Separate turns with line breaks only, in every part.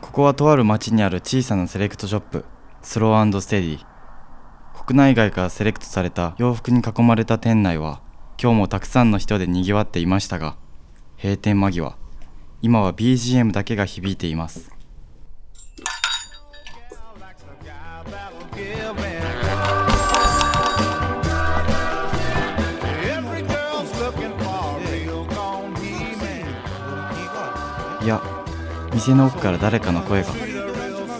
こはとある町にある小さなセレクトショップスローステディ国内外からセレクトされた洋服に囲まれた店内は今日もたくさんの人でにぎわっていましたが閉店間際今は BGM だけが響いていますいや店の奥から誰かの声が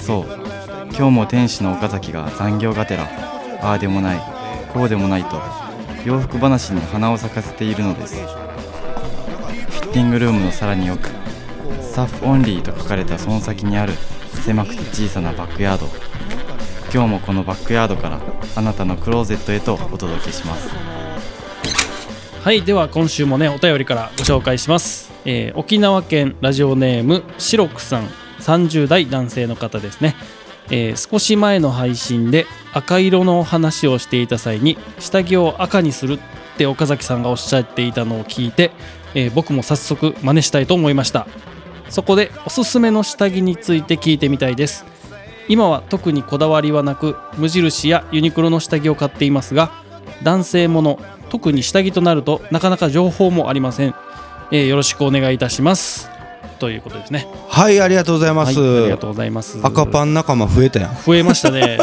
そう今日も天使の岡崎が残業がてらああでもないこうでもないと洋服話に花を咲かせているのですフィッティングルームのさらに奥スタッフオンリーと書かれたその先にある狭くて小さなバックヤード今日もこのバックヤードからあなたのクローゼットへとお届けします
はいでは今週もねお便りからご紹介します、えー沖縄県ラジオネームシロクさん30代男性の方ですね、えー少し前の配信で赤色の話をしていた際に下着を赤にするって岡崎さんがおっしゃっていたのを聞いて、えー僕も早速真似したいと思いましたそこでおすすめの下着について聞いてみたいです今は特にこだわりはなく無印やユニクロの下着を買っていますが男性もの特に下着となるとなかなか情報もありません、えーよろしくお願いいたしますということですね
はいありがとうございます、
はい、ありがとうございます
赤パ
ン
ン仲間増えたや
増えまし たね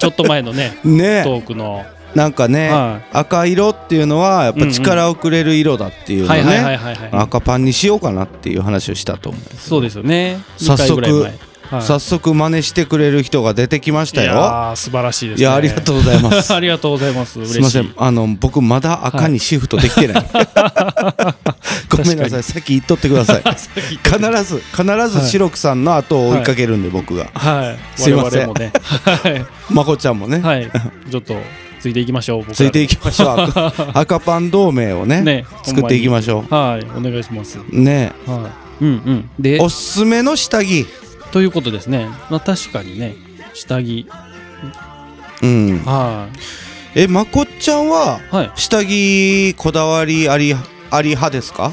ちょっと前のね
んね
トークの、
なんかね、
は
赤色っていうのはやっぱ力をくれる色だっていうの
はいはいはい
ね
はいはい、
赤パンにしようかなっていう話をしたと思う、
そうですよね
早速
2回ぐらい前、はい
早速真似してくれる人が出てきました
い
よ
やー素晴らしいです、
い
ね、
やありがとうございます
ありがとうございます嬉し
す
い
いませんあの僕まだ赤にシフトできて ない ごめんな
確か
さ
に
い先言っとってくださ い必ず必ず白くさんの後を追いかけるんで僕が
はい
すいません
我々もねはい
まこちゃんもね
はい、ちょっとついていきましょう。僕ら
ついていきましょう赤赤パン同盟をね
ね
作っていきましょ
ほんまにはい、お願いします。
うね
はい、うんうん。で
お、すすめの下着
ということですね。まあ、確かにね、下着。
うん
は。
えまこちゃんはい
はい。
下着こだわりありあり派ですか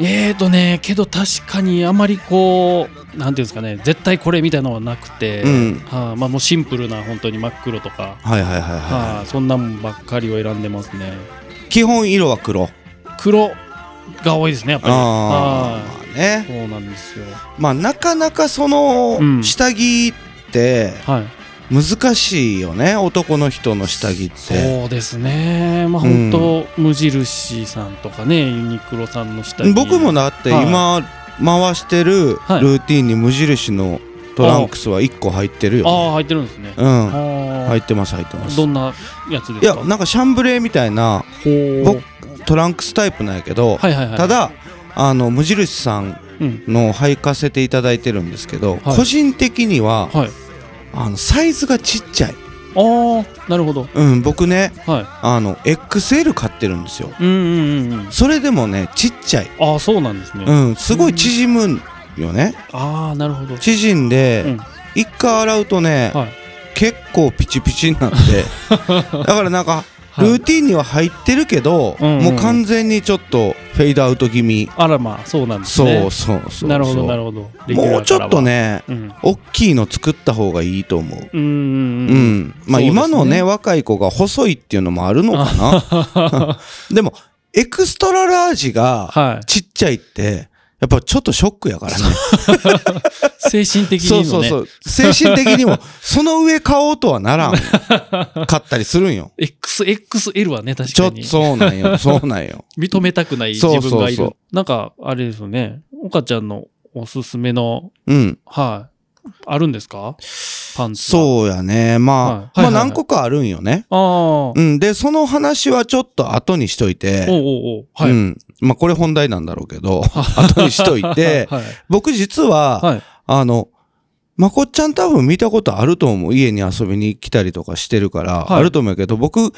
えーとね、けど確かにあまりこう、なんていうんですかね、絶対これみたいなのはなくて、
うん
はい、まあもうシンプルな、本当に真っ黒とか、
はいはいはいは
はい、そんなんばっかりを選んでますね。
い基本色は黒
黒が多いですね、やっぱり。
あ
は
あね
い。そうなんですよ。
まあなかなかそ
うん
の下着って
はい。
難しいよね男の人の下着って
そうですねまあ
うん
本当、無印さんとかねユニクロさんの下着
僕もだって
はい
今回してるル
はい
ーティンに無印のトランクスは1個入ってる
あ
よ、
あ入ってるんですね
ね、うん
ああ
入ってます入ってます
どんなやつ
い
です
や
か
なんかシャンブレーみたいな
ほう
僕トランクスタイプなんやけど、
はいはいはい
た、だあの無印さん
うん、
の履かせていただいてるんですけど、
はい
個人的には
はい
あのサイズがちっちゃい、
ああなるほど
うん、僕ね
は
あの XL 買ってるんですよ
いうんうんうんうん
それでもねちっちゃい、
ああそうなんですね、
う
あ
ん、すごい縮むよね
あなるほど
縮んで、
うん
一回洗うとね、
はい
結構ピチピチになって だからなんか
はい
ルーティンには入ってるけど、
うんうんうん
もう完全にちょっとフェイドアウト気味
あらまあそうなんですね
そうそうそうそう
なるほどなるほどレギュラーからは
もうちょっとね
うん
大きいの作った方がいいと思う
うんうん
う
うん
んまあ
そうですね
今のね若い子が細いっていうのもあるのかな でもエクストララージが
はい
ちっちゃいってやっぱちょっとショックやからね
精神的に
そ
も
う
ね
そうそう精神的にもその上買おうとはならん買ったりするんよ
XXL はね確
ちょ
か
っ
に
とそうなんよそうなんよ
認めたくない自分がいる。
そうそうそ
なんか、あれですよね。岡ちゃんのおすすめの、
うん
はい、あるんですかパンツう。
そうやねまあ
はい
ま
は
あ
いはいはい
何個かあるんよね
ああ、おう
うんでその話はちょっと後にしといて
おうおう。はい。
うん。まあ、これ本題なんだろうけ ど、後にしといて、
はい。
僕実は、
はい。
あの、まこっちゃん多分見たことあると思う。家に遊びに来たりとかしてるから、
はい
あると思うけど、僕、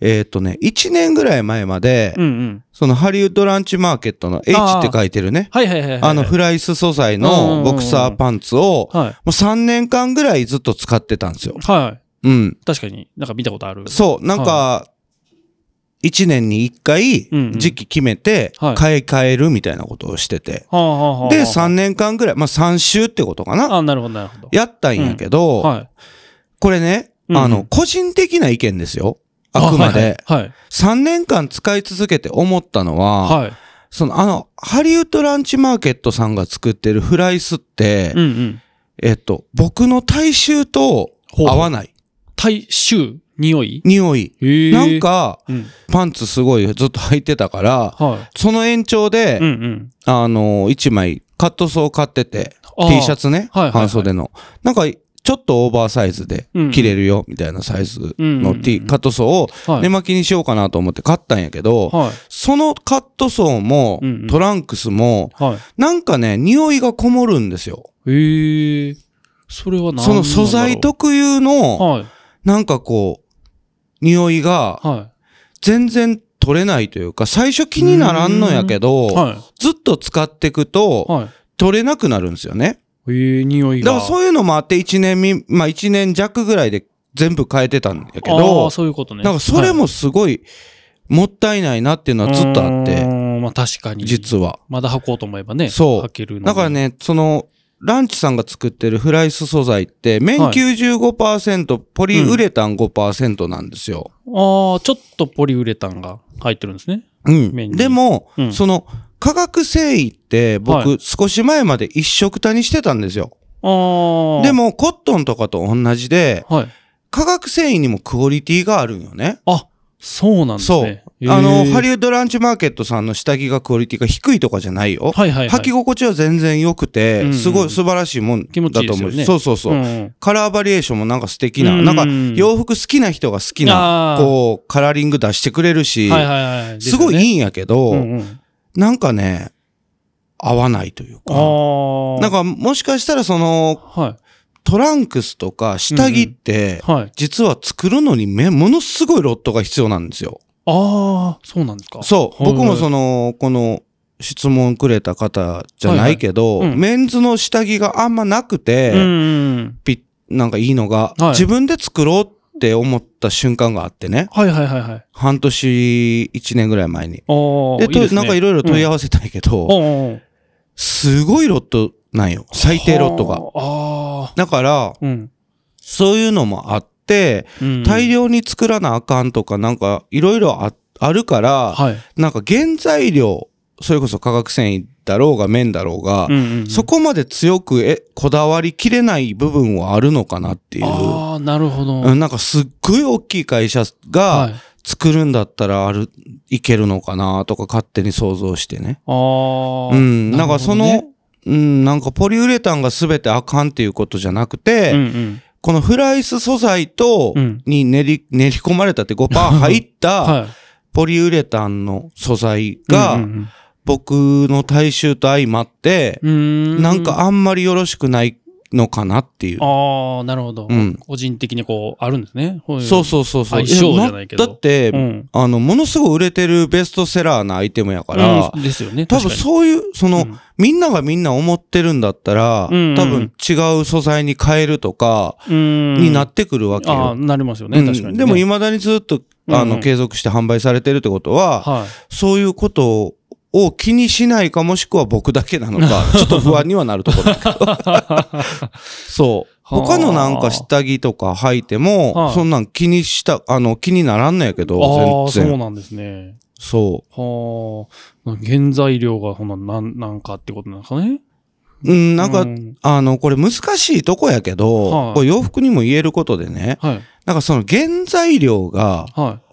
えーっ、とね、1年ぐらい前まで、
うんうん。
そのハリウッドランチマーケットの H
あー
って書いてるね、
はいはいはいはい。
あのフライス素材
うんうんうん
のボクサーパンツを、も
は
う3年間ぐらいずっと使ってたんですよ
い。。は
うん。
い。確かになんか見たことある。
そう、なんか、 1年に1回
うんうん
時期決めて
はい
買い替えるみたいなことをしてて、
はあはあはあ。
で3年間ぐらいまあ3週ってことかな
あ、なるほど、なるほど。
やったんやけど、
はい。
これね、
うん
あの個人的な意見ですよあくまで、
あはい。
3年間使い続けて思ったのは、
はい。はい
そのあのハリウッドランチマーケットさんが作ってるフライスって、
うんうん。
えっと僕の体臭と合わない
体臭、匂い
匂い
へえ。
なん、か
うん。
パンツすごいずっと履いてたから、
は
その延長で、
い。うんうん。
あの、1枚カットソー買ってて、
あー
T シャツね、
はいはいはい
半袖の。なんか、ちょっとオーバーサイズで
うん
着れるよ、みたいなサイズ
う
の
ん
T、カットソーを
はい。
寝巻きにしようかなと思って買ったんやけど、
はい。
そのカットソーも
うんうん
トランクスも、
は
なんかね、匂いがこもるんですよ。
い。へえ。それは何なんだ
そ
ろ
の
う
素材、特有の、
はい。
なんかこう、匂いが
は
全然取れないというか、最初気にならんのやけど、
い。は
ずっと使っていく
い。
と、
は
取れなくなるんですよね。
い。へえ、匂い
だか
が。
ら
う
そういうのもあって1年み、まあ1年弱ぐらいで全部変えてたんやけ
あ
ど
ー、そういうことね。
なんかそれもすごいもったいないなっていうの
は、
はいずっとあっ
うー
て、
んまあ確かに。
実は。
まだ履こうと思えばね。
そう
履けるのに
だから。ね、その、ランチさんが作ってるフライス素材って、綿
はい
95%、ポリウレタン5%なんですよ。
ああ、ちょっとポリウレタンが入ってるんですね。
うん。
綿に
でも、
うん
その、化学繊維って僕、
は
少し前まで一色多にしてたんですよ。
ああ。
で、も、コットンとかと同じで、
はい。
化学繊維にもクオリティがあるんよね。
あ、そうなんです
そう。
ね。
あの、ハ
は
リウッドランチマーケットさんの下着がクオリティが低いとかじゃないよ。
はいはいはい。
履き心地は全然良くて、
うんうん
すごい素晴らしいもんだと
気
思
持
う。
ちいいですよね
そうそうそう。
うん
カラーバリエーションもなんか素敵な、
うん
なんか洋服好きな人が好きな
あ、ー
こう、カラーリング出してくれるし、
はいはいはい。
すごいい
い。
いんやけど、
うんうん
なんかね、合わないという
あ
か、
ー
なん、かもしかしたらその、
は
トランクスとか下着って、
い。はい。
実は作るのにめ、ものすごいロットが必要なんですよ。
ああ、そうなんですか。
そう。
はい
僕もその、この質問くれた方じゃないけど、
はいはいうん
メンズの下着があんまなくて、
うんうん。
ぴなんかいいのが、
はい
自分で作ろうって思った瞬間があってね。
はいはいはいはい。あ
半年、一年ぐらい前に。
あ。
で、と
ですね
なんかいろいろ問い合わせたんやけど、
うんうんうん
すごいロットなんよ。最低ロットが。
はああ
だから、
ー。うん
そういうのもあって、
うん。
大量に作らなあかんとか、なんかいろいろああるから、
はい。
なんか原材料、それこそ化学繊維だろうが麺だろうが、
うんうんうん
そこまで強くえこだわりきれない部分はあるのかなっていう。
ああ、なるほど。
うんなんかすっごい大きい会社
はい
が。作るんだったらある、いけるのかなとか勝手に想像してね。
ああ。
うん、
る
なんかそ
ほ
の、
どね
うん、なんかポリウレタンが全てあかんっていうことじゃなくて、
うんうん。
このフライス素材と、
うん
に練り、練り込まれたって5%入った
はい。
ポリウレタンの素材が、
うんうん
僕の体臭と相まって、
うん、うー
なんかあんまりよろしくないのかなっていう。
ああ、なるほど、
うん
個人的にこう、あるんですね。こい
そうそうそうそう。
相性じゃないけど
やだって、
うん
あの、ものすごい売れてるベストセラーなアイテムやから、
うんですよね。
多分
確かに
そういう、その、
うん
みんながみんな思ってるんだったら、
うんうん
多分違う素材に変えるとか、
うーん
になってくるわけ
ああ、
よ。
なりますよ
う
ね。
ん
確かに、ね
でも、未だにずっと、あ
うんう
の、
ん
継続して販売されてるってことは、
はい。
そういうことを気にしないかもしくは僕だけなの か、ちょっと不安にはなるところだけど。そう。
はあ
他のなんか下着とか履いても
は、い
そんなん気にした、あの、気にならんのやけ
あ
ど、
あ、
全
そう
然。
なんですね。
そ
はあ、原材料がほんななんなんかってことなんですかね。
う。うん、なん
う
か、
ん
あの、これ難しいとこやけ
は
ど、こ
い
れ洋服にも言えることでね、
はい、
なんかその原材料が
はい。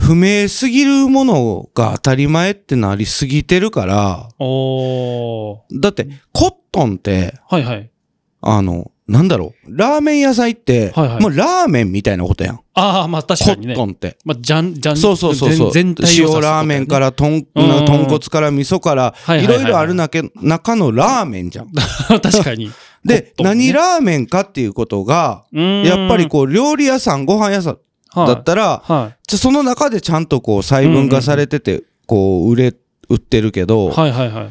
不明すぎるものが当たり前ってなりすぎてるから、
おー
だって、コットンって、
はいはい。
あの、なんだろう。ラーメン屋さん行って、
はいはい
もうラーメンみたいなことやん。
ああ、まあ確
コ
かにね。
ットンって。
まあ、じゃん、じゃん、
そうそうそうそう。
全全体を指す。
塩ラーメンからら豚、
うん
な豚骨から味噌から、
はいはいいは
ろ
いはい
いろあるなけ中のラーメンじゃん。
確かに。
で、
コットンね
何ラーメンかっていうことが、
うーん
やっぱりこう、料理屋さん、ご飯屋さんだったら、
は
じゃその中でちゃんとこう、細分化されてて、こう、売れ、売ってるけ
い。
ど、
はいはいはい。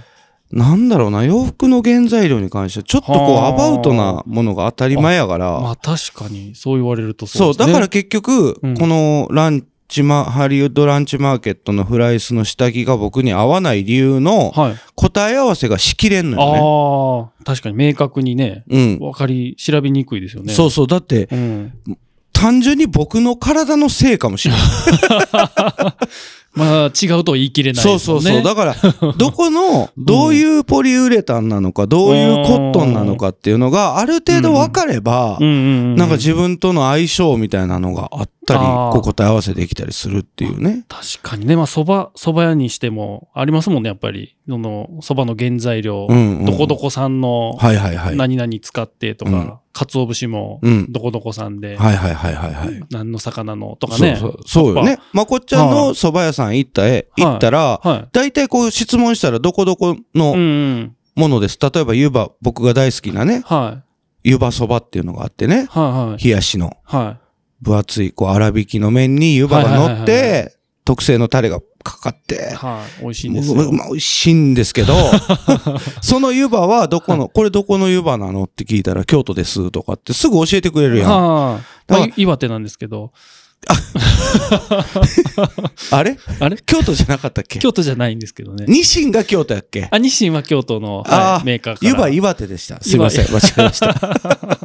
なんだろうな、洋服の原材料に関しては、ちょっとこう、
はあ
アバウトなものが当たり前やから、
まあ確かに、そう言われると
そう、
です
だ
ね
から結局、
うん
このランチマ、ハリウッドランチマーケットのフライスの下着が僕に合わない理由の
はい。
答え合わせがしきれんのよね。
ああ、確かに明確にね、
うん。
わかり、調べにくいですよね。
そうそう。だって、
うん。
単純に僕の体のせいかもしれない。
まあ、違うとは言い切れないです
そ
よ
う
ね。
そうそう。だから、 どこの、
ん
どういうポリウレタンなのか、どういうコットンなのかっていうのが、ある程度分かれば
う、んうんうん。
なんか自分との相性みたいなのがあったり、
あー
こう答え合わせできたりするっていうね。
確かにね、まあ、蕎麦、蕎麦屋にしてもありますもんね、やっぱり。その、蕎麦の原材料、
うんうん
どこどこ産の
はいはいはい。
何々使ってとか、
うん
鰹節も
うん
どこどこ産で、
はいはいはいはいはい。
何の魚のとかね。
そうそうそうよね。まこっちゃんの蕎麦屋さん行ったへ、
い
行ったら、
は
大体こう質問したらどこどこ
い。うん
の
うん。
ものです。例えば湯葉、僕が大好きなね、
はい。
湯葉蕎麦っていうのがあってね、
はいはい。
冷やしの。
は
分厚い、こう、粗挽きの麺に湯葉が乗っ
はいはいはい
て、特製のタレがかかっ
い。
て、
はい。美味しいんですよ。
うまあ美味しいんです けど、その湯葉はどこの、これどこの湯葉なのって聞いたら、京都ですとかってすぐ教えてくれるやん。
はい。
だ
ま
か
あ
ら、
岩手なんですけど、
あれ
あれ
京都じゃなかったっけ
京都じゃないんですけどね。
ニシンが京都やっけ
あ、日清は京都の、
あ
は
ー
い、メーカーから。
湯葉岩手でした。すいません、間違えました。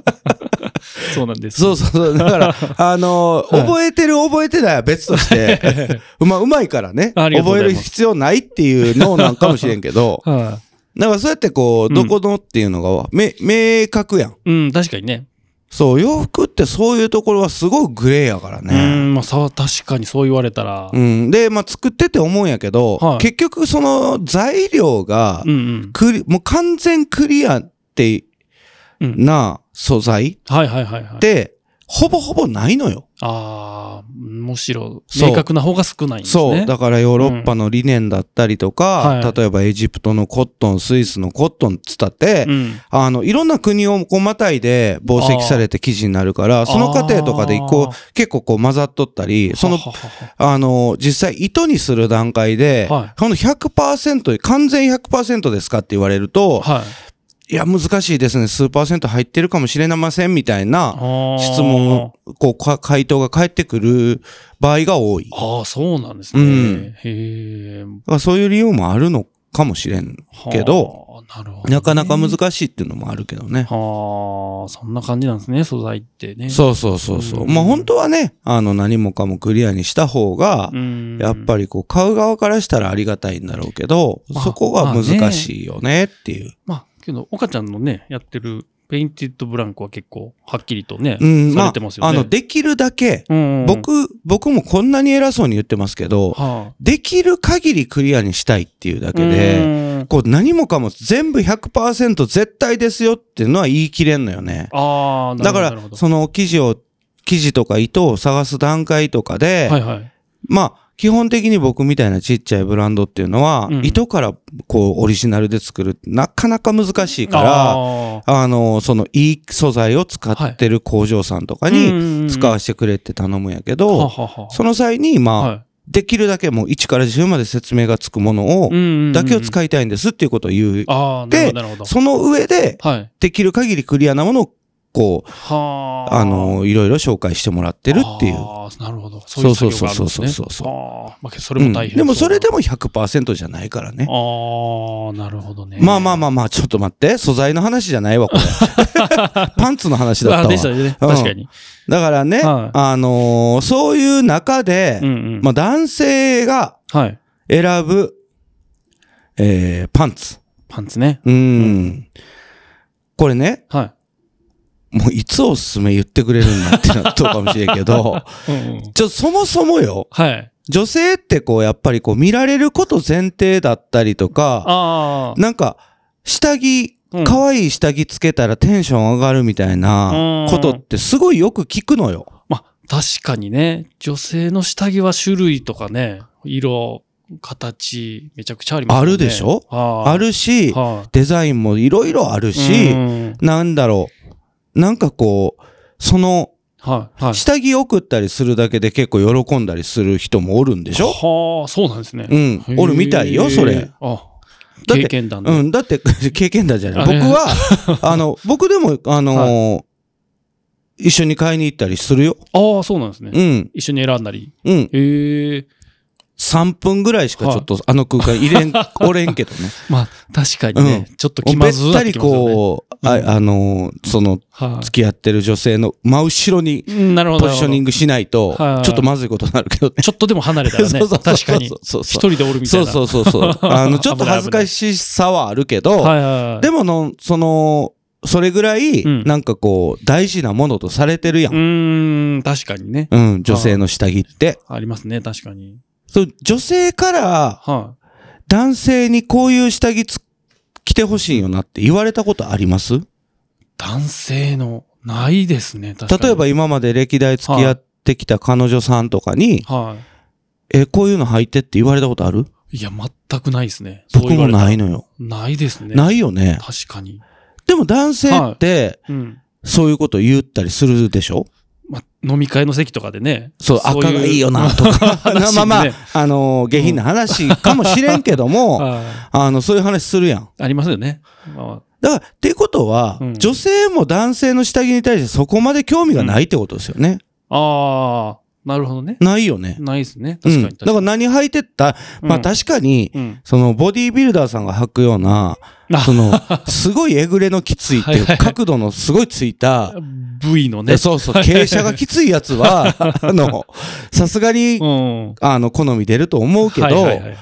そうなんです。
そうそうそう。だ から、あのー
はい
覚えてる覚えてないは別と して、うま、うまいからね、
ありがとうご
覚え
ざい
る
ます
必要ないっていう脳なんかもしれんけど、
は
だからそうやってこ
う
う、
ん
どこのっていうのが、め、明確やん。
い。うん、確かにね。
そう、洋服ってそういうところはすごいグレーやから
う
ね。
ん、まあ、さ確かにそう言われたら。
うん。で、まあ作ってて思うんやけど、
はい
結局その材料が
うん、うん。
クリ、もう完全クリアって
うん。
な素材
はいはいはいはい
っ。て、ほぼほぼないのよ。
ああ、むしろ、
そう
明確な方が少ないんです
そ
ね。
う。だからヨーロッパの理念だったりとか、
うんはい
例えばエジプトのコットン、スイスのコットンっつったって、
うん。
あの、いろんな国をこうまたいで紡績されて記事になるから、その過程とかでこ
あ
う、結構こう混ざっとったり、その
は、ははは
あの、実際糸にする段階で、
は
この100%、完全100%ですかって言われると、
はい。
いや、難しいですね、数パーセント入ってるかもしれませんみたい
あ
な
ー
質問、こう、か回答が返ってくる場合が多い。だ
ああ、そうなんですね。
うん
へえ。
からそういう理由もあるのかもしれん。
はあ
けど、
なるほどね、
なかなか難しいっていうのもあるけどね。
はあ、そんな感じなんですね、素材ってね。
そうそうそうそう。
うん
まあ本当はね、あの何もかもクリアにした方が、
うん。
やっぱりこう買う側からしたらありがたいんだろうけど、
まあ
そこが難しいよねっていう。
まあ、けど、岡ちゃんのね、やってる、ペインティッドブランクは結構、はっきりとね、
うん、
さ
ま
れ
あ
てます、よね。
あの、できるだけ、
うんうん、
僕、僕もこんなに偉そうに言ってますけど、
はあ、
できる限りクリアにしたいっていうだけ
う
で、
ん
こう何もかも全部100%絶対ですよっていうのは言い切れんのよね。
ああ、なる
だ
ほ
か
ど。なる
ら
ほ、ど
その記事を、記事とか糸を探す段階とかで、
はいはい。
まあ、基本的に僕みたいなちっちゃいブランドっていうのは、
うん
糸からこうオリジナルで作るってなかなか難しいから、
あ
あの、そのいい素材を使ってる工場さんとか
あ、
に使
う
わ
ん
せてくれって頼むんやけ
うんうんはあ
ど、
はあはあ
その際に、まあ、
はい
できるだけもう1から10まで説明がつくものを
うん、うんうん
だけを使いたいんですっていうことを言う。
ああ、なる
で
ほど、なるほど。
その上で、
はい。
できる限りクリアなものを、こう、
はあ。
あの、いろいろ紹介してもらってるっていう。
ああ、なるほど。そういう作業があるんですね。
そうそうそうそうそうそう
ああ、まあ、けどそれも大変、
うんでもそれでも100%じゃないからね。
ああ、なるほどね。
まあまあまあまあ、ちょっと待って。素材の話じゃないわ、 これ。パンツの話だった
あ
わ。
でしたね。
うん
確かに。
だからね、
はい
あのーそういう中で、
うんうん。
まあ男性が
はい。
選ぶ、えー、パンツ。
パンツね。
うん。これね、
は
もういつおすすめ言ってくれるんだってなっとうかもしれんけ ど、
い。うんうん
ちょ、そもそもよ、
はい。
女性ってこう、やっぱりこう、見られること前提だったりとか、
あ
なんか、下着
うん、
可愛い下着つけたらテンション上がるみたいな
うん
ことってすごいよく聞くのよ。
あ。まあ、確かにね、女性の下着は種類とかね、色、形、めちゃくちゃありますよね。
あるでしょ
あ
あるし、
は
デザインもいろいろある
い。
し
う、ん
なんだろう。なんかこう、その、
はい。はい。
下着送ったりするだけで結構喜んだりする人もおるんでしょ
はあ、そうなんですね。
うん。おるみたいよ、そ
へ
れ
え。。あ、
だって
経験談で。
うん。だって、経験談じゃない。
あれ
僕は、あの、僕でも、あのー一緒に買いに行ったりするよ。
ああ、そうなんですね。
うん。
一緒に選んだり。
うん。
へえ。
3分ぐらいしかちょっと、あの空間入れ ん、おれんけどね。
まあ、確かにね、ちょっと気
べ
ま
っ
ずう
た
なって
り
きますよね。
こう、ああのー、その、
はい
付き合ってる女性の真後ろに
うんなるほど。
ポジショニン
グ。
グしないと
はいはい、
ちょっとまずいことになるけどね。
ちょっとでも離れたらね、
そうそうそう
確
そ
か
う
に。
そうそう
一人でおるみたい
そう
な。
そうそうそう。 あの、ちょっと恥ずかしさはあるけど、
はいはいはい。
でもの、その、それぐらい、
うん
なんかこう、大事なものとされてるや。
うんーん、確かにね。
うん、女性の下着って。
ありますね、確かに。
そう女性から
は
男性にこういう下着つ着てほしいよなって言われたことあります
い。男性の、ないですね、確かに。
例えば、今まで歴代付き合ってきた彼女さんとかに、
は
え、こういうの履いてって言われたことある
い。いや、全くないですね。そう
僕
言わ
も
れたら
ないのよ。
ないですね。
ないよね。
確かに。
でも男性って、
うん。
そういうこと言ったりするでしょ
まあ、飲み会の席とかでね。
そう、赤がいいよな、とか。
話にね
まあまあ、あのー下品な話かもしれんけど
そういう。
も、
はい
あの、そういう話するやん。
ありますよね。ま
だから、っていうことは、
うん
女性も男性の下着に対してそこまで興味がないってことですよね。
あ、あーなるほどね。
ないよね。
ないですね。確か
うん。
に
だから何履いてった、まあ
うん
確かに、
うん。
そのボディービルダーさんが履くような、
あ
その、すごいえぐれのきついって
はい
い
はいう
角度のすごいついた、
V のね。
そうそう、傾斜がきついやつ は、あの、さすがに、
うん。
あの、好み出ると思うけど、
はいはいはい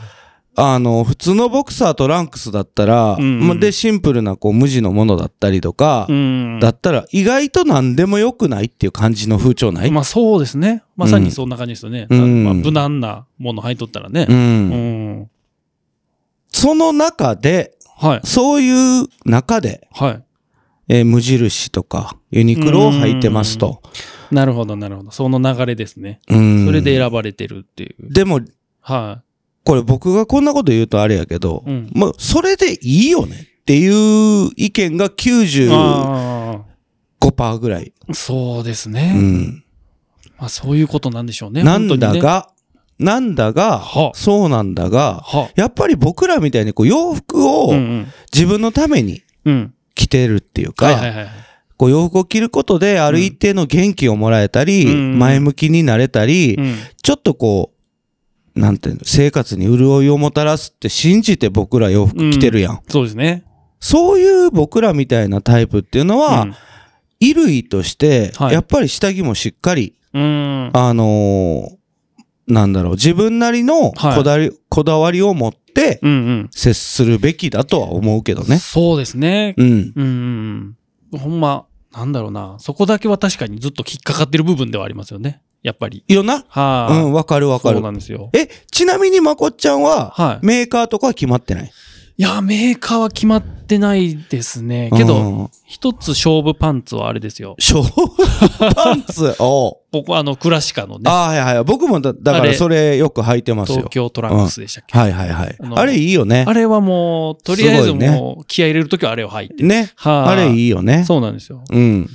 あの、普通のボクサーとランクスだったら、
うんうん
まあで、シンプルなこう無地のものだったりとか、
うん。
だったら意外と何でも良くないっていう感じの風潮ない、
まあそうですね。まさにそんな感じですよね。
うん
まあ無難なもの入っとったらね
う。。
うんん。
その中で、
はい。
そういう中で、
は
えー無印とかユニクロを履いてますと。
い。なるほど、なるほど。その流れですね。
うん
それで選ばれてるっていう。
でも、
は
これ僕がこんなこと言うとあれやけど、
うん
もうそれでいいよねっていう意見が
い。
95%
あ
ぐらい。
あ。そうです
う
ね。
ん。
まあそういうことなんでしょうね。
なんだ
本当にね。
が、なんだが
はあ、
そうなんだが、
は
やっぱり僕らみたいにこう洋服
あ。う
を
ん
自分のために
うん。うん。
着てるっていう
はいはい
か、
はい。
こう洋服を着ることである一定の元気をもらえたり、
うん
前向きになれたり
う、ん。
ちょっとこう、なんていうの、生活に潤いをもたらすって信じて僕ら洋服着てるやん。
そうですね。
そういう僕らみたいなタイプっていうの
う
は
ん、
衣類として、
はい
やっぱり下着もしっかり
うん。
あのーなんだろう、自分なりの
はい
こだわり、こだわりを持って
うん
接するべきだとは思うけど
うん。
ね。
そうですね。
うん。
うんうんうん。ほんま、なんだろうな。そこだけは確かにずっと引っかかってる部分ではありますよね。やっぱり。
よな
は
う
い。
ん、わかるわか
そう
る
な。んですよ。
え、ちなみにまこっちゃんは、
はい
メーカーとかは決まってない
いや、メーカーは決まってないですね。けど、
うん
一つ勝負パンツはあれですよ。
ショー パン ツおう
僕はあの、クラシカのね、
あーはいはい。僕もだ、だか
あれ
らそれよく履いてます
東
よ。
京トランクスでしたっけ。
はいはいはい
あ。の
あれいいよね
あ。れはもう、とりあえず
すごいね
もう、気合い入れるときはあれを履いて。
ね。
は
あれ
い。
いいよね。
そうなんですよ。
うん。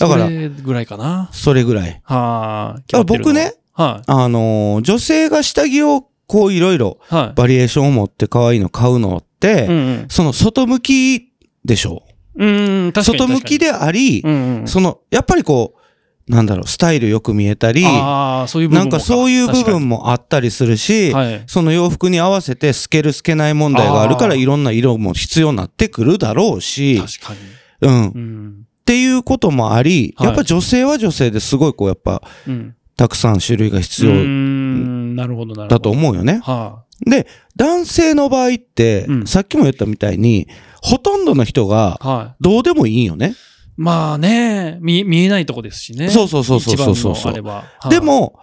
だから
それぐらいかな。
それぐらい。
はい。
だから
決まってるの
僕ね。
は
あのー女性が下着をこういろいろ
い。は
バリエーションを持って可愛いの買うのって、
い。うん
その外向きでしょ
うん。うん、確かに。
外向きであり、
うんうん、
その、やっぱりこう、なんだろう、スタイルよく見えたり、
ああ、そういう部
な
分
ん
も
かそういう部
確かに
分もあったりするし、
はい。
その洋服に合わせて透ける透けない問題があるから
あー
いろんな色も必要になってくるだろうし、
確かに。
うん。っ
うん。
ていうこともあり、
はい
やっぱ女性は女性ですごいこうやっぱ
うん。
たくさん種類が必
うー
要
んなるほど、なるほど。
だと思うよね。
は
で、男性の場合って、
うん
さっきも言ったみたいに、ほとんどの人が
い。は
どうでもいいんよね。
い。まあね、見、見えないとこですしね。
そうそうそうそうそうそう
一番のあれば。はい
で、も、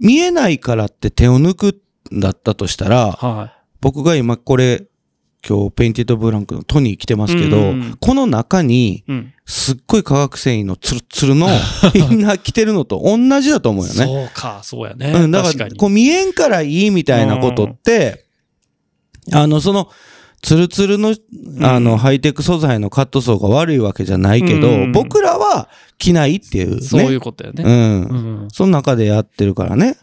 見えないからって手を抜くんだったとしたら、
は
僕が今これ、今日、ペインティッドブランクのトニー着てますけど、
うん
この中に、
い。うん。
すっごい化学繊維のツルッツル のインナー着てるのと同じだと思うよね。
そうか、そうやね。
うん、だ
確
か、
からに。
こう見えんからいいみたいなことって、あの、その、ツルツルの、あの、ハイテク素材のカット層が悪いわけじゃないけど、
うん
僕らは着ないっていうね。
そういうことや
う。
ね。うんん。
その中でやってるからね。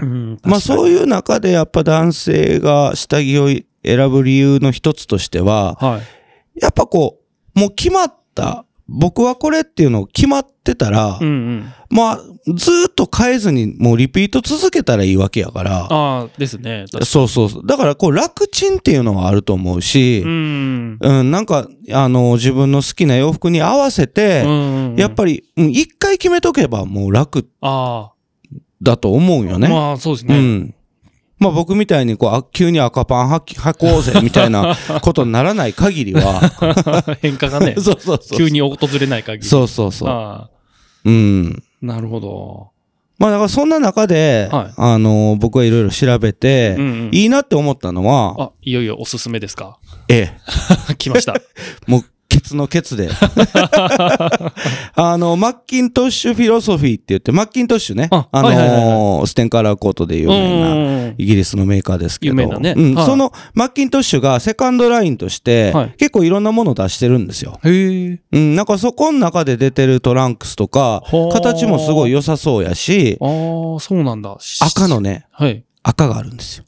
うん。
まあそう
う。
いう中でやっぱ男性が下着を選ぶ理由の一つとしては、
はい。
やっぱこう、もう決まった僕はこれっていうのを決まってたら、
うんうん。
まあ、ずーっと変えずに、もうリピート続けたらいいわけやから、
ああ、ですね。確か
そうそうそう。だから、こう、楽ちんっていうのはあると思うし
にう、ん。
うん、なんか、あの、自分の好きな洋服に合わせて、
うんうん
やっぱり、うん一回決めとけばもう楽
あ
だと思うよ
あ、
ね。
まあそうです
う
ね。
ん。まあ僕みたいにこうあ、急に赤パンはき履こうぜみたい なことにならない限りは、、
変化がね
そうそうそう。
急に訪れない限り。
そうそうそ
ああ、
う。うん。
なるほど。
まあだからそんな中で、
はい
あのー僕はいろいろ調べて、
うんうん
いいなって思ったのは、
あ、いよいよおすすめですか。
ええ、
来ました。
もうケツのケツで。 あの、マッキントッシュフィロソフィーって言って、マッキントッシュね、
あ
あのー
はいはい
ステンカラーコートで有
う
名な。
ん。
イギリスのメーカーですけど、
有名なね
うん
はい
そのマッキントッシュがセカンドラインとして、
はい
結構いろんなものを出してるんですよ。
へえ。
うん、なんかそこの中で出てるトランクスとか
ほー、
形もすごい良さそうやし、
ああ、そうなんだ。
赤。のね、
はい。
赤があるんですよ。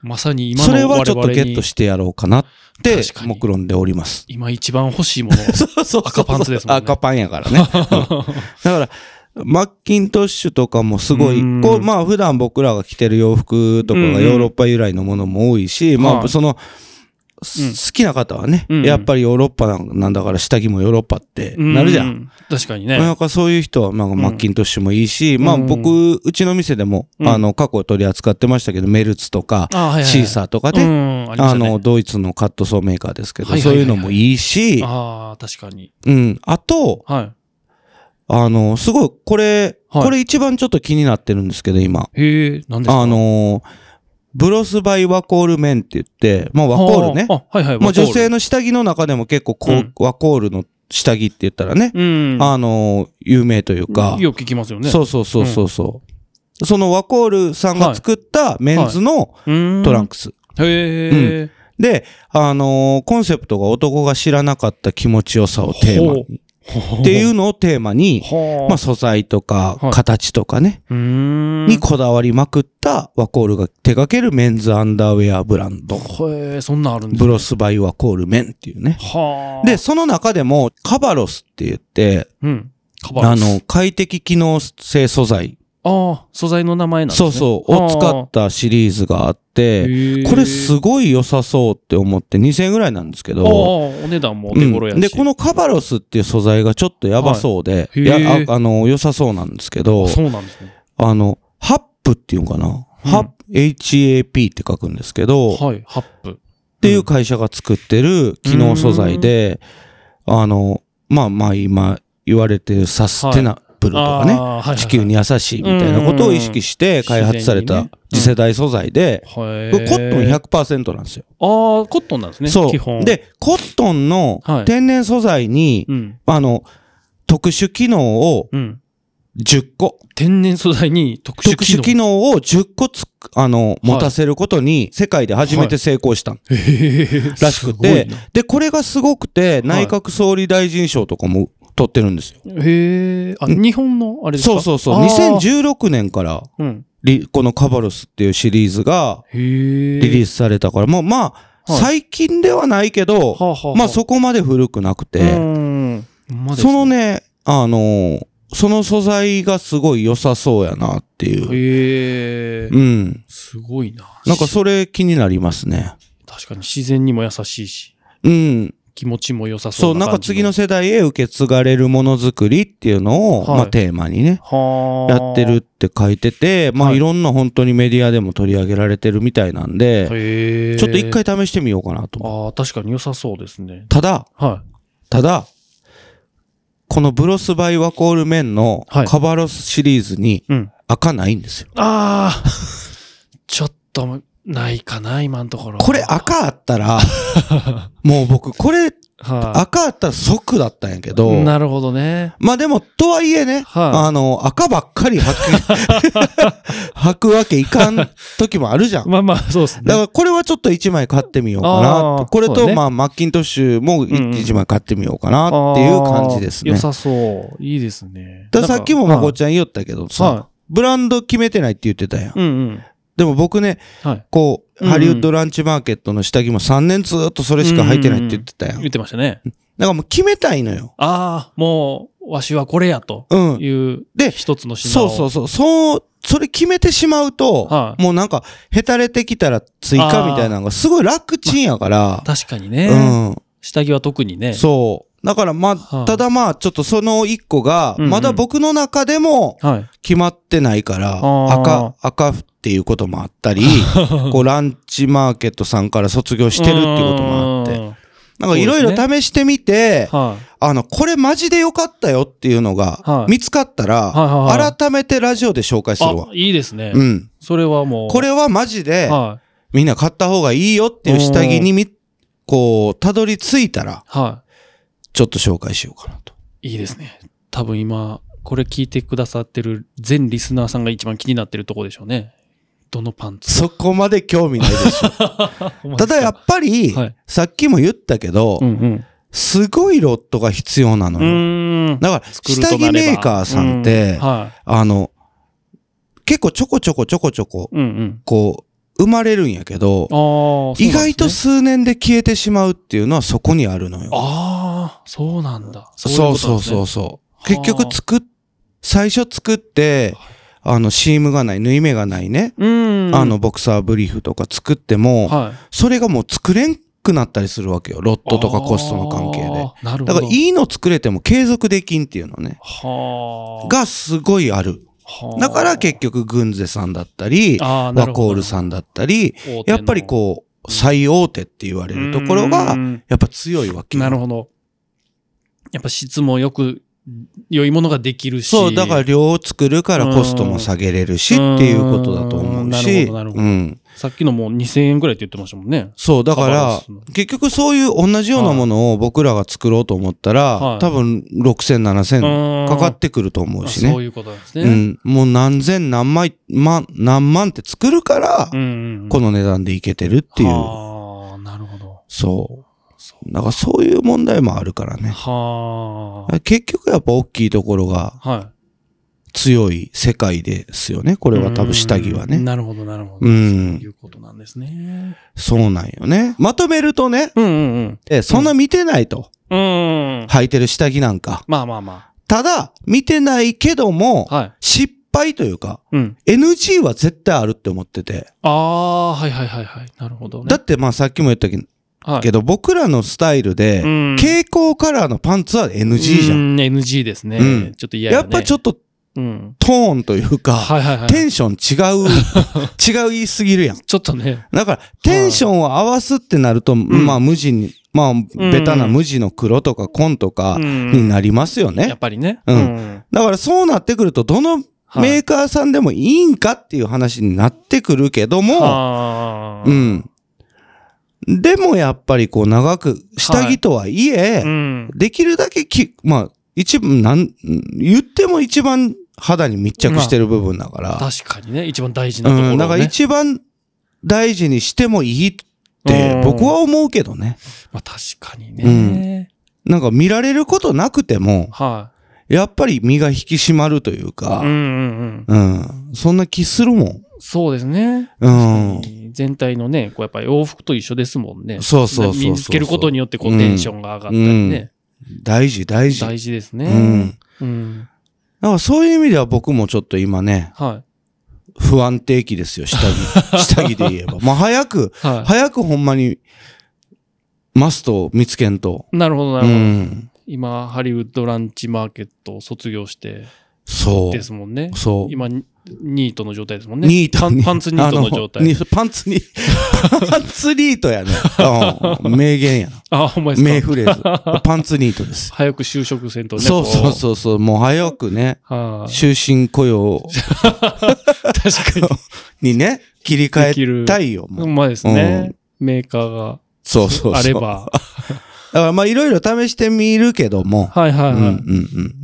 まさに今の
そ
我
れ
々に
はちょっとゲットしてやろうかなって
確か、に
目論んでおります。
今一番欲しいも の。赤パンツですもんね
赤パンやからね。うんだから、マッキントッシュとかもすごい
うん、
こう、まあ普段僕らが着てる洋服とか
うんう
が
ん
ヨーロッパ由来のものも多いし、
は
ま
い
あその、
うん
す好きな方はね、
うん
やっぱりヨーロッパなんだから下着もヨーロッパって
う
なるじゃん。。
確かに
まあ
ね。
なんかそういう人は、まあ、マッキントッシュもいいし、まあ
うん
僕、うちの店でも、
うん
あの、過去取り扱ってましたけど、メルツとか、
ああ、はいはいはい。
シーサーとかで、
うん、ありまし
あ
たね
の、ドイツのカットソーメーカーですけど、
はいはい
そ
は
う
い
い
はいう
のもいいし、
ああ、確かに。
うん。あと、
は
あの、すごい、これ、
はい
これ一番ちょっと気になってるんですけど、今。
い。へえ、なんですか
あの、ブロスバイワコールメンって言って、まあワコールね。
あ、はいはい。
もう女性
の、
の下着の中でも結構こう、
うん
ワコールの下着って言ったらね、
うん。
あの、有名というか、
よく聞きますよね。
そうそうそうそうそう。そのワコールさんが作ったメンズの
うーん。
トランクス。
へえ。
で、あのーコンセプトが男が知らなかった気持ちよさをテーマに。
っ
っていうのをテーマに、
はあ。
まあ素材とか
はい
形とかね、
うーん。
にこだわりまくったワコールが手掛けるメンズアンダーウェアブランド。
へえ、そんなんあるんです
ブ
ね
ロスバイワコールメンっていうね。
はあ。
で、、その中でもカバロスって言って、
うん。カバー
あの、、快適機能性素材、
ああ、素材の名前なんです
そう
ね。
そう、を使ったシリーズがあって、
へえ
これすごい良さそうって思って2000円ぐらいなんですけ
ああ、
ど、
お値段もお
う
手頃やし。
ん、でこのカバロスっていう素材がちょっとやばそうで、
はい
い
へ
や
え
ああの良さそうなんですけど
あそうなんですね。
あのハップっていうのかな、
うん
ハップ HAP って書くんですけど、っ
はい、ハップ。
ていう会社が作ってる機能素材で、あのまあまあ今言われてるサステナブルとかね、
ああはいはいはい
地球に優しいみたいなことを意識して開発され
うんうん
た
うん
次世代素材で、
はい。
これコットン100%なんですよ。
ああ、コットンなんですね。基本。、
で、コットンの
はい
天然素材に、
うん。
あの、特殊機能を
うん。
10個、
天然素材に特殊
特
機
殊
能。
機能を10個つく、あの、持たせることに世界で初めて成功した
へえ
らしく
すご
て、
いな
で、これがすごくて、内閣総理大臣賞とかも取ってるんですよ。
へえ。あ、日本のあれです
そ
か
うそうそう。
あー
2016年から、
うん。
リこのカバロスっていうシリーズが
へえ。
リリ
ー
ースされたから、もうまあ、
はい
最近ではないけど、
はあ、はあ、
まあそこまで古くなく
う
て、
ーん。まあです
そ
ね
の。ね、あのーその素材がすごい良さそうやなっていう。
へえ
う。ん。
すごいな。
なんかそれ気になりますね。
確かに自然にも優しいし、
うん。
気持ちも良さ
そ、
そうう
なんか
感じ
次の世代へ受け継がれるものづくりっていうのを、
はい
まあテーマにね、
はあ
やってるって書いてて、ま
は
あ
い
いろんな本当にメディアでも取り上げられてるみたいなんで、
へえ。
ちょっと一。回試してみようかなと思う。
ああ、確かに良さそうですね。
ただ、
は
ただ、このブロスバイワコールメンの
はい
カバロスシリーズに
い。うん。
開かないんですよ。
ああ、 ちょっと、ないかな、今のところ。
これ
はい、
赤あった ら、もう僕これ赤あったら即だったんやけど、
なるほどね。
まあでも、とはいえね、
はい
あの、赤ばっかり履 く、履くわけいかん時もあるじゃん。
まあまあ、そうです
だか
ね。
らこれはちょっと1枚買ってみようかな
あー
と。これ
そう
と、
ね
まあ、マッキントッシュも
うんうん
1枚買ってみようかなっていう感じですね。
あー良
だか
さそう。いいですね。
らさっきもまこ
ち
ちゃん言おったけど
はい
さ、ブランド決めてないって言ってたやん。
うんうん。
でも僕ね、
はい。
こ
うん
う、
うん
ハリウッドランチマーケットの下着も3年ずーっとそれしか履いてないって言ってたやん
言っ。てましたね。
だからもう決めたいのよ。
ああ、もう、わしはこれやと
うん。
いう、
で
一つの診
そ
断を。
うそうそう。そう、それ決めてしまうと、
はい
もうなんか、へたれてきたら追加みたいなのがすごい楽ちんやから、
確かにね、下着は特に
う
ね。
ん。そう。だからま
は
あ、
い
ただまあ、ちょっとその一個が、
うんうん
まだ僕の中でも
はい。
決まってないから、
ー
赤、赤っていうこともあった り、こう、ランチマーケットさんから卒業してるっていうこともあって、
て。
なんかいろいろ試してみて、
はい。
あの、これマジで良かったよっていうの
は
が
い
見つかった
はいはいは
ら
い、
改めてラジオで紹介するわ
あ、。いいですね。
うん。
それはもう。
これはマジで、
はい。
みんな買った方がいいよっていう下着にみ、こう、たどり着いたら、
は
ちょっと紹介しようかなと。
い。いいですね。多分今、これ聞いてくださってる全リスナーさんが一番気になってるとこでしょうね。どのパンツ。
そこまで興味ないで しょ。ただやっぱり、
はい
さっきも言ったけど、
うんうん。
すごいロットが必要なの
う
よ。
ーん。
だから、
作るとな
下着
れば
メーカーさんって、
うは
あの、結構ちょこちょこちょこちょこ
い。、うんうん。
こう、生まれるんやけど、
ああ、そうなんですね
意外と数年で消えてしまうっていうのはそこにあるのよ。
ああ、そうなんだ。
そう
いことな
そ
ん
う
ですね
そうそう。
はあ
結局作っ、最初作って、あの、シームがない、縫い目がないね、
うん。
あの、ボクサーブリーフとか作っても、
はい、
それがもう作れんくなったりするわけよ。ロットとかコストの関係で。
で。なるほど。
だから、いいの作れても継続できんっていうのね。
はあ。
がすごいある。
はあ、
だから結局、グンゼさんだったり、
あ
ワ
ーなるほど
コールさんだったり、
大手の
やっぱりこう、最大手って言われるところ
う
が、
ん
やっぱ強いわけよ。
なるほど。やっぱ質もよく、良いものができるし。
そう、だから量を作るからコストも下げれるしっていうことだと思うし、
うんなるほどなるほど
うん。
さっきのもう2000円ぐらいって言ってましたもんね。
そう、だか
カバー
ら
ですね、
結局そういう同じようなものを僕らが作ろうと思った
は
ら
い、
多分6000、
うん
7000かかってくると思う
あ
し
そう
ね。
いうことなんです
う
ね。
ん。もう何千何万、万何万って作るから
う、ん。うん、
この値段でいけてるっていう。
はあ、なるほど。
そう。だからそういう問題もあるからね。
は
結局やっぱ大きいところが
あ。はい。
強い世界ですよね。こ
こ
れは多分下着はね。
なるほど、なる
う
ほど。そうんい。うことなんですね。
そうなんよね。まとめるとね、
うんうん
えそんな見てないと、
うん。うん。
履いてる下着なんか。
まあまあま
ただ、見てないけども、
あ。はい。
失敗というか、
うん。
NG は絶対あるって思ってて。
ああ、はいはいはいはい。なるほどね。
だってまあさっきも言ったけど、
はい、
けど僕らのスタイルで、
うん
蛍光カラーのパンツは NG じゃん。
ん。NG ですね。
うん
ちょっと嫌
やっぱちょ
っ
っとト
と、うん。
ーンというか、
はいはいはい。
テンション違う、違 う言いすぎるやん。
ちょっとね。
だから、テンションを合わすってなると、まあ無地に、まあ、ベタな無地の黒とか紺とか
うん
になりますよね。
やっぱりね。
うん
ん。
だからそうなってくると、どの
はい
メーカーさんでもいいんかっていう話になってくるけども、
あ
う
あ。
ん。でもやっぱりこう長く、下着とはいえ、
うん。
できるだけき、まあ、一番、なん、言っても一番肌に密着してる部分だから、
確かにね。一番大事なところ、ね。
うん、だから一番大事にしてもいいって
うん
僕は思うけどね。
まあ確かにね。
なんか見られることなくても、
はい。
やっぱり身が引き締まるという
うんう
か、
んうん。
うん、そんな気するもん。
そうですね。
うん。
全体のね、こうやっぱり洋服と一緒ですもんね。
そうそうそうそう
身につけることによってこうテンションが上がったりね。
大事、大事。
大事です
うん。
ね。うん。
だからそういう意味では僕もちょっと今ね、
は
不安定期ですよ、下 着。下着で言えば。まあ早く、
い。は
早くほんまに、マストを見つけんと。
い。なるほど、な
う
るほど。
ん。
今、ハリウッドランチマーケットを卒業して
そ
で
う。
すもんね。
そう。
今、ニニートの状態ですもんね。
ニー
パ
ト
ン
に
パンツニートの状態。
あのにパンツに、パンツニートやね。うん名言やな。
あ、ほんまで
名
すか。
フレーズ。パンツニートです。
早く就職せんとね。
そうそう
う。
そうそう。もう早くね、
はい
終身雇用
確 か
にね、切り
でき
替
る
えたいよ。
に。
も
ほ
うん
まですね。メーカーが
そうそうそう。
あれば。
だからまあいろいろ試してみるけども。
はいは
う
い
んうん
は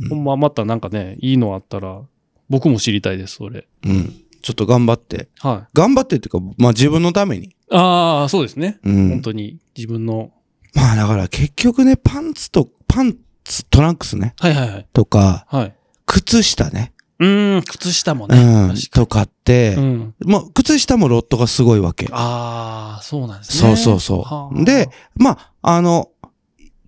い。ほんま、またなんかね、いいのあったら、僕も知りたいです、それ。
うんうん。うん。ちょっと頑張って。
は
頑張ってっていうか、まあ自分のために。
い。ああ、そうですね。
う
本
ん。
当に自分の。
まあだから結局ね、パンツと、パンツ、トランクスね。
はいはいはい。
とか、
はい。
靴下ね。
うーん、靴下も
う
ね。
ん。
確か
とかって
に。う、ん。
まあ靴下もロットがすごいわけ。
ああ、そうなんです
そ
ね。
うそう
は
そ
あ
う。で、、まあ、あの、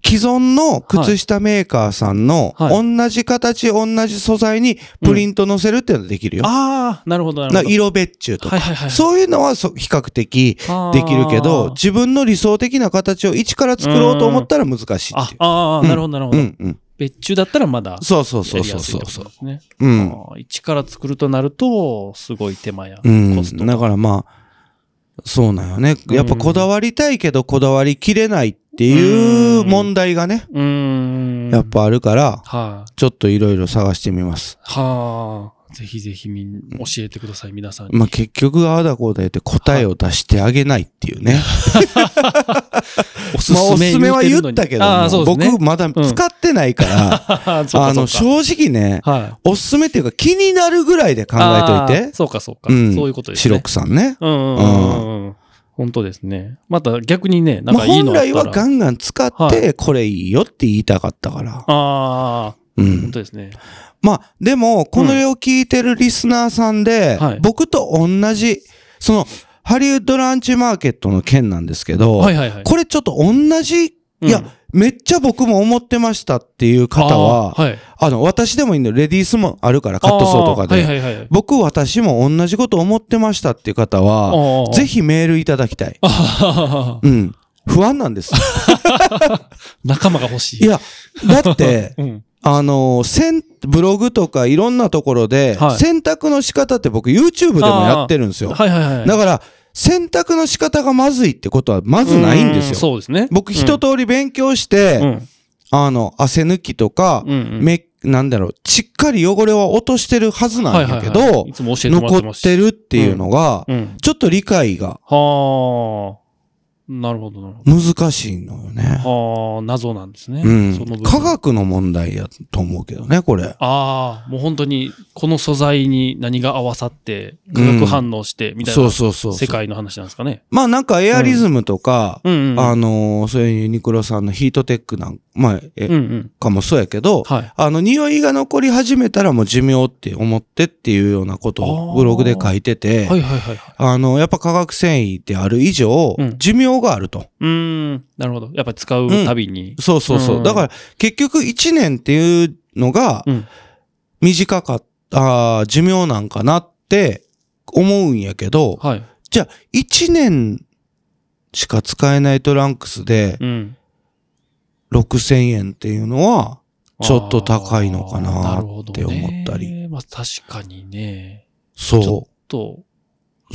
既存の靴下メーカーさんの、
はいは
同じ形、同じ素材にプリント載せるっていうのはできるよ。
ああ、なるほど、なる
な
ほど。
色別注とか。
はいはいはい。
そういうのはそ比較的できるけど、自分の理想的な形を一から作ろうと思ったら難しいっ
あ
てい
あああ、
うん
なるほど、なるほ
う。う
ど、
んうん。
別注だったらまだ。
そうそうそう
やり
そ
や
う
す
そ
いって
う
こ
そ
と
う。
ですね。
うん。
あー一から作るとなると、すごい手間や、
うん、
コスト。
だからまあ、そうなんよね。やっぱこだわりたいけどこだわりきれないっていう
うん
問題がね、
うーん。
やっ。ぱあるから、
は
ちょっといろいろ探してみます。
あ。はあ。ぜひぜひみん、教えてください、皆さんに。
まあ結局、ああだこうだ言って答えを出してあげないっていうね。
おす
まあおすすめは言
うてるの
っ
に
たけど
あ
も
あ、そうですね。
僕まだ使ってない から、
あ
あの、正直ね、
はい。
おすすめっていうか気になるぐらいで考えとい
あー
て。
そうか、そうか。
うん。
そういうことですね。
白くさんね。
うんうんうんうんうん。本当ですね。また逆にね、なん
ま
か
あ
いい
本
のあった
来
ら。
はガンガン使っ
は
て、これいいよって言いたかったから。
ああ、
うん
本。当ですね。
まあ、でも、これを聞いてるリスナーさんで、
はい
僕と同じ、その、ハリウッドランチマーケットの件なんですけど、
はいはいはい。
これちょっと同じ、いや、
うん
めっちゃ僕も思ってましたっていう方は、
あーはい。
あの、私でもいいんだよ。レディースもあるから、カットソーとかで。
あーはいはいはい。
僕、私も同じこと思ってましたっていう方は、ぜ
ひ。
ひメールいただきたい。
あー
うん。不安なんです。
仲間が欲しい。
いや、だ って、
うん。
あのーせん、ブログとかいろんなところで、
はい
選択の仕方って僕 YouTube でもやってるんですよ。
はいはいはい。
だから、選択の仕方がまずいってことはまずないんで
うー
すよ。
そうですね。
僕一通り勉強して、
うん。
あの、汗抜きとか、
うんうん。
め、なんだろう、しっかり汚れは落としてるはずな
はい
ん
はい
だ
は
け
い
ど、
いつも教えてもらって
残
ま
っ
す。
てるっていうのが、
うん。
ちょっと理解が
はあ。なるほどなるほ
難しいのよね。
ど。はあ、謎なんですね。
うん
その部。分
科学の問題やと思うけどね、これ。
ああ、もう本当に、この素材に何が合わさって、化学反応して、みたい
そう
な
そうそうそう。
世界の話なんですかね。
まあなんかエアリズムとか、
うんうん。
あのーそういうユニクロさんのヒートテックなんまあ、え
うんうん。
かもそうやけど、
はい。
あの、匂いが残り始めたらもう寿命って思ってっていうようなこと
あ
を
ー
ブログで書いてて、
はいはいはいはい。
あの、やっぱ化学繊維である以上、
うん
寿命があると。
うーん。なるほど。やっぱり使うたびに。
そうそうそう。
うん
だから、結局1年っていうのが
うん。
短かった、あー寿命なんかなって思うんやけど、
はい。
じゃあ1年しか使えないトランクスで
うん。
6000円っていうのは、ちょっと高いのかな
あーるほどね
って思ったり
まあ確かにね。ちょ
そ
と、
う。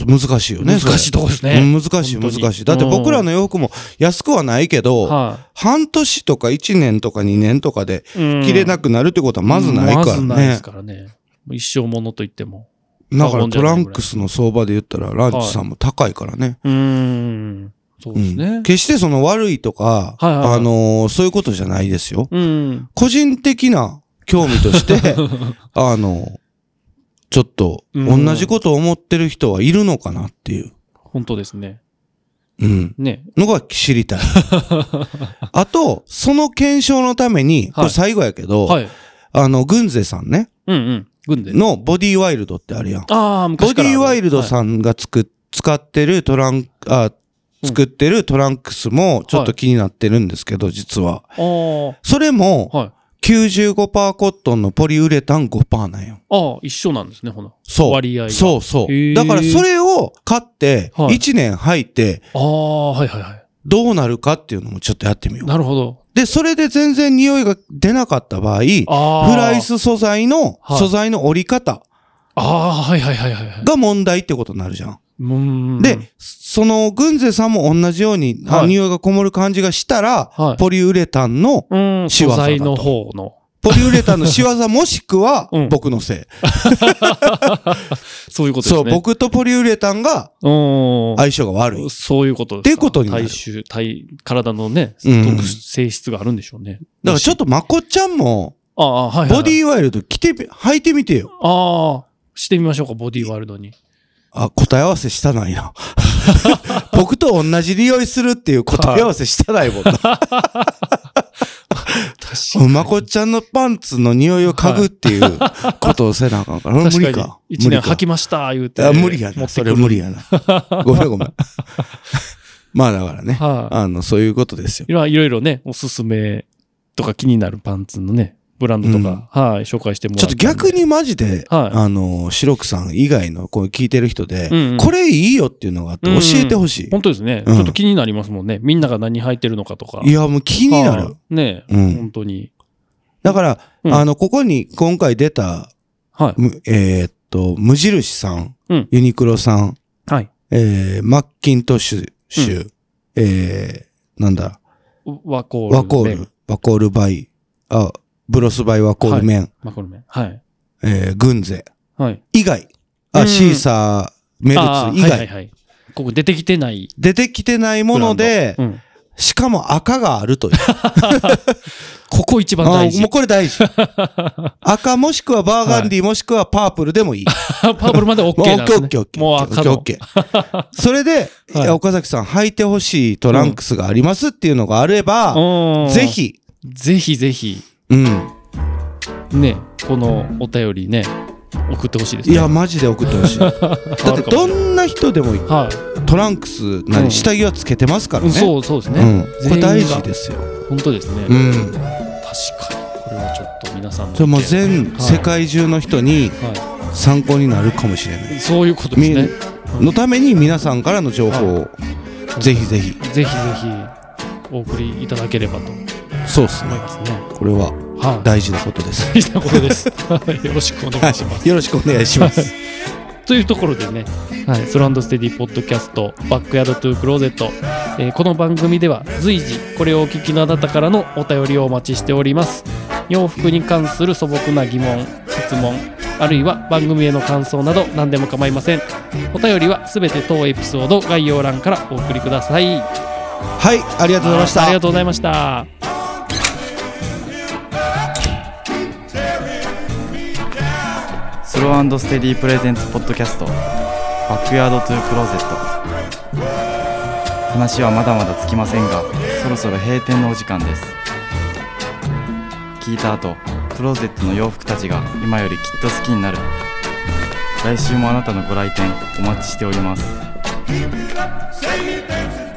難しいよね。
難
それ
しいとこですね
うん難しい
本当に
難しい。だって僕らの洋服も安くはないけど、
は
半年とか1年とか2年とかで
い。うん
着れなくなるってことはまずないから
うんまずないで
ね
す。からね。もう一生ものと言っても。
だからトランクスの相場で言ったらランチさんも高いからね。
うーん。そう
う
ですね。
ん決してその悪いとか、
はいはいはい
あのーそういうことじゃないですよ。
うん。
個人的な興味として、あの、ちょっと、
うん
同じことを思ってる人はいるのかなっていう、
本当ですね。
うん、
ね。
のが知 りたい。あと、その検証のために、こ
はい
れ最後やけど、
はい。
あの、グンゼさんね、
うんうん。軍で。
のボディワイルドってあるやん。
ああ、
ボ
昔
デ
からあ
ィ
る。
ワイルド
ん。
さんがつく、使ってるトランク、あ、
うん
作ってるトランクスもちょっと気になってるんですけど、実は。
あ
それ
あ、
も
はい。
95%コットンのポリウレタン5%なんよ。
ああ、一緒なんですね、ほな。
そう。
割合が
そうそ
へー
う。だからそれを買って、
はい
1年履いて、
ああ、はいはいはい。
どうなるかっていうのもちょっとやってみよう。
なるほど。
で、それで全然匂いが出なかった場合、フ
ああ。
ライ。ス素材の、
はい
素材の折り方
ああ、はいはいはいはいはい。
が問題ってことになるじゃん。
うーん。
で、その、軍勢さんも同じように、あ
はい
匂いがこもる感じがしたら、
はい
ポリウレタンの、
うん、
仕業
素
だと
材の方の。
ポリウレタンの仕業もしくは
うん、
僕のせい。
そういうことです
そ
ね。
う、僕とポリウレタンが
うん。
相性が悪い。
そういうこ
っ
とですか。
ていうことになる
体臭、体、体のね、
うん
特性質があるんでしょうね。
だからちょっ
と、
とまこっちゃんも、
ああ、はい、はいはい。
ボディワイルド着てみ、履いてみてよ。
ああ、してみましょうか、ボディワイルドに。
あ、答え合わせしたない な。僕と同じ匂いするっていう答え合わせしたないもんな。
確
まこっちゃんのパンツの匂いを嗅ぐっていうことをせなあかんから。無理
確か
か。
に。一
無
年
理か
吐きました、言うて。
あ無理や
持
な。
って
そ
く
れ
る
無理やな。ごめんごめん。 まあだからね、
はい
あの、そういうことですよ。
いろいろいろね、おすすめとか気になるパンツのね、ブランドとか、はい、紹介してもら
ちょっと逆にマジで、
はい
あの、白くさん以外の、こう聞いてる人で、
うんうん
これいいよっていうのがあって
うん
教
うん
えてほしい。
本当ですね、
うん
ちょっと気になりますもんね。みんなが何履いてるのかとか。
いや、もう気にな
は
る。
いね、
うん
本当に。
だから、
うん
あの、ここに今回出た、
は
むえーっと、無印さん、
うん
ユニクロさん、
い。はい。
えーマッキントッシュ、えーなんだ、
ワコール。
ワコール、ワコールバイ、あ、ブロスバイワコールメン、
ワコール麺。はい。
えーグンゼ
はい。
以外、
う
あ、
ん
シーサー、メルツ
あー
以外、
はいはいはい。ここ出てきてない
出てきてない
ブ
も
ラ
の
ンド。
で、
うん
しかも赤があるという。
ここ一番
あ
大
ー
事
もう。これ大 事。赤もしくはバーガンディ、もしくはパープルでもいい。
パープルまで OK なんです、ね。
オッケー
も
オ
う
ッケーオッケーオ
赤の。
ッケーオッケーオッケーそれで、い
はい
や岡崎さん履いてほしいトランクスがありますっていうのがあれば、
うん
ぜ。ひ、
ぜひぜひ、
うん。
ね、このお便りね、送ってほしいです
い
ね。
や、マジで送ってほ しい。だってどんな人でもいい
は
トランクスな
うん
り下着はつけてますか
い、
らね。
そうそうです
う
ね、
ん。これ大事ですよ。
本当ですね、
うん。
確かにこれはちょっと皆さんの
それも
意見
全世界中の人に
は
参考になるかもしれない
い、。そういうことですね
のために皆さんからの情報をぜひぜひ。
ぜひぜひお送りいただければと思い
そうですね。
ますね
これは
はい
大事なことです。
大事なことですはいよろしくお願いします、
よろしくお願いします。
というところでね、はい、スロンドステディポッドキャストバックヤードトゥークローゼット、えーこの番組では随時これをお聞きのあなたからのお便りをお待ちしております洋服に関する素朴な疑問質問あるいは番組への感想など何でも構いませんお便りはすべて当エピソード概要欄からお送りくださいあ
はい、ありがとうございました。
ありがとうございました
スローステディプレゼンツポッドキャストバックヤードトゥークローゼット話はまだまだつきませんがそろそろ閉店のお時間です聞いた後クローゼットの洋服たちが今よりきっと好きになる来週もあなたのご来店お待ちしております
Say he dances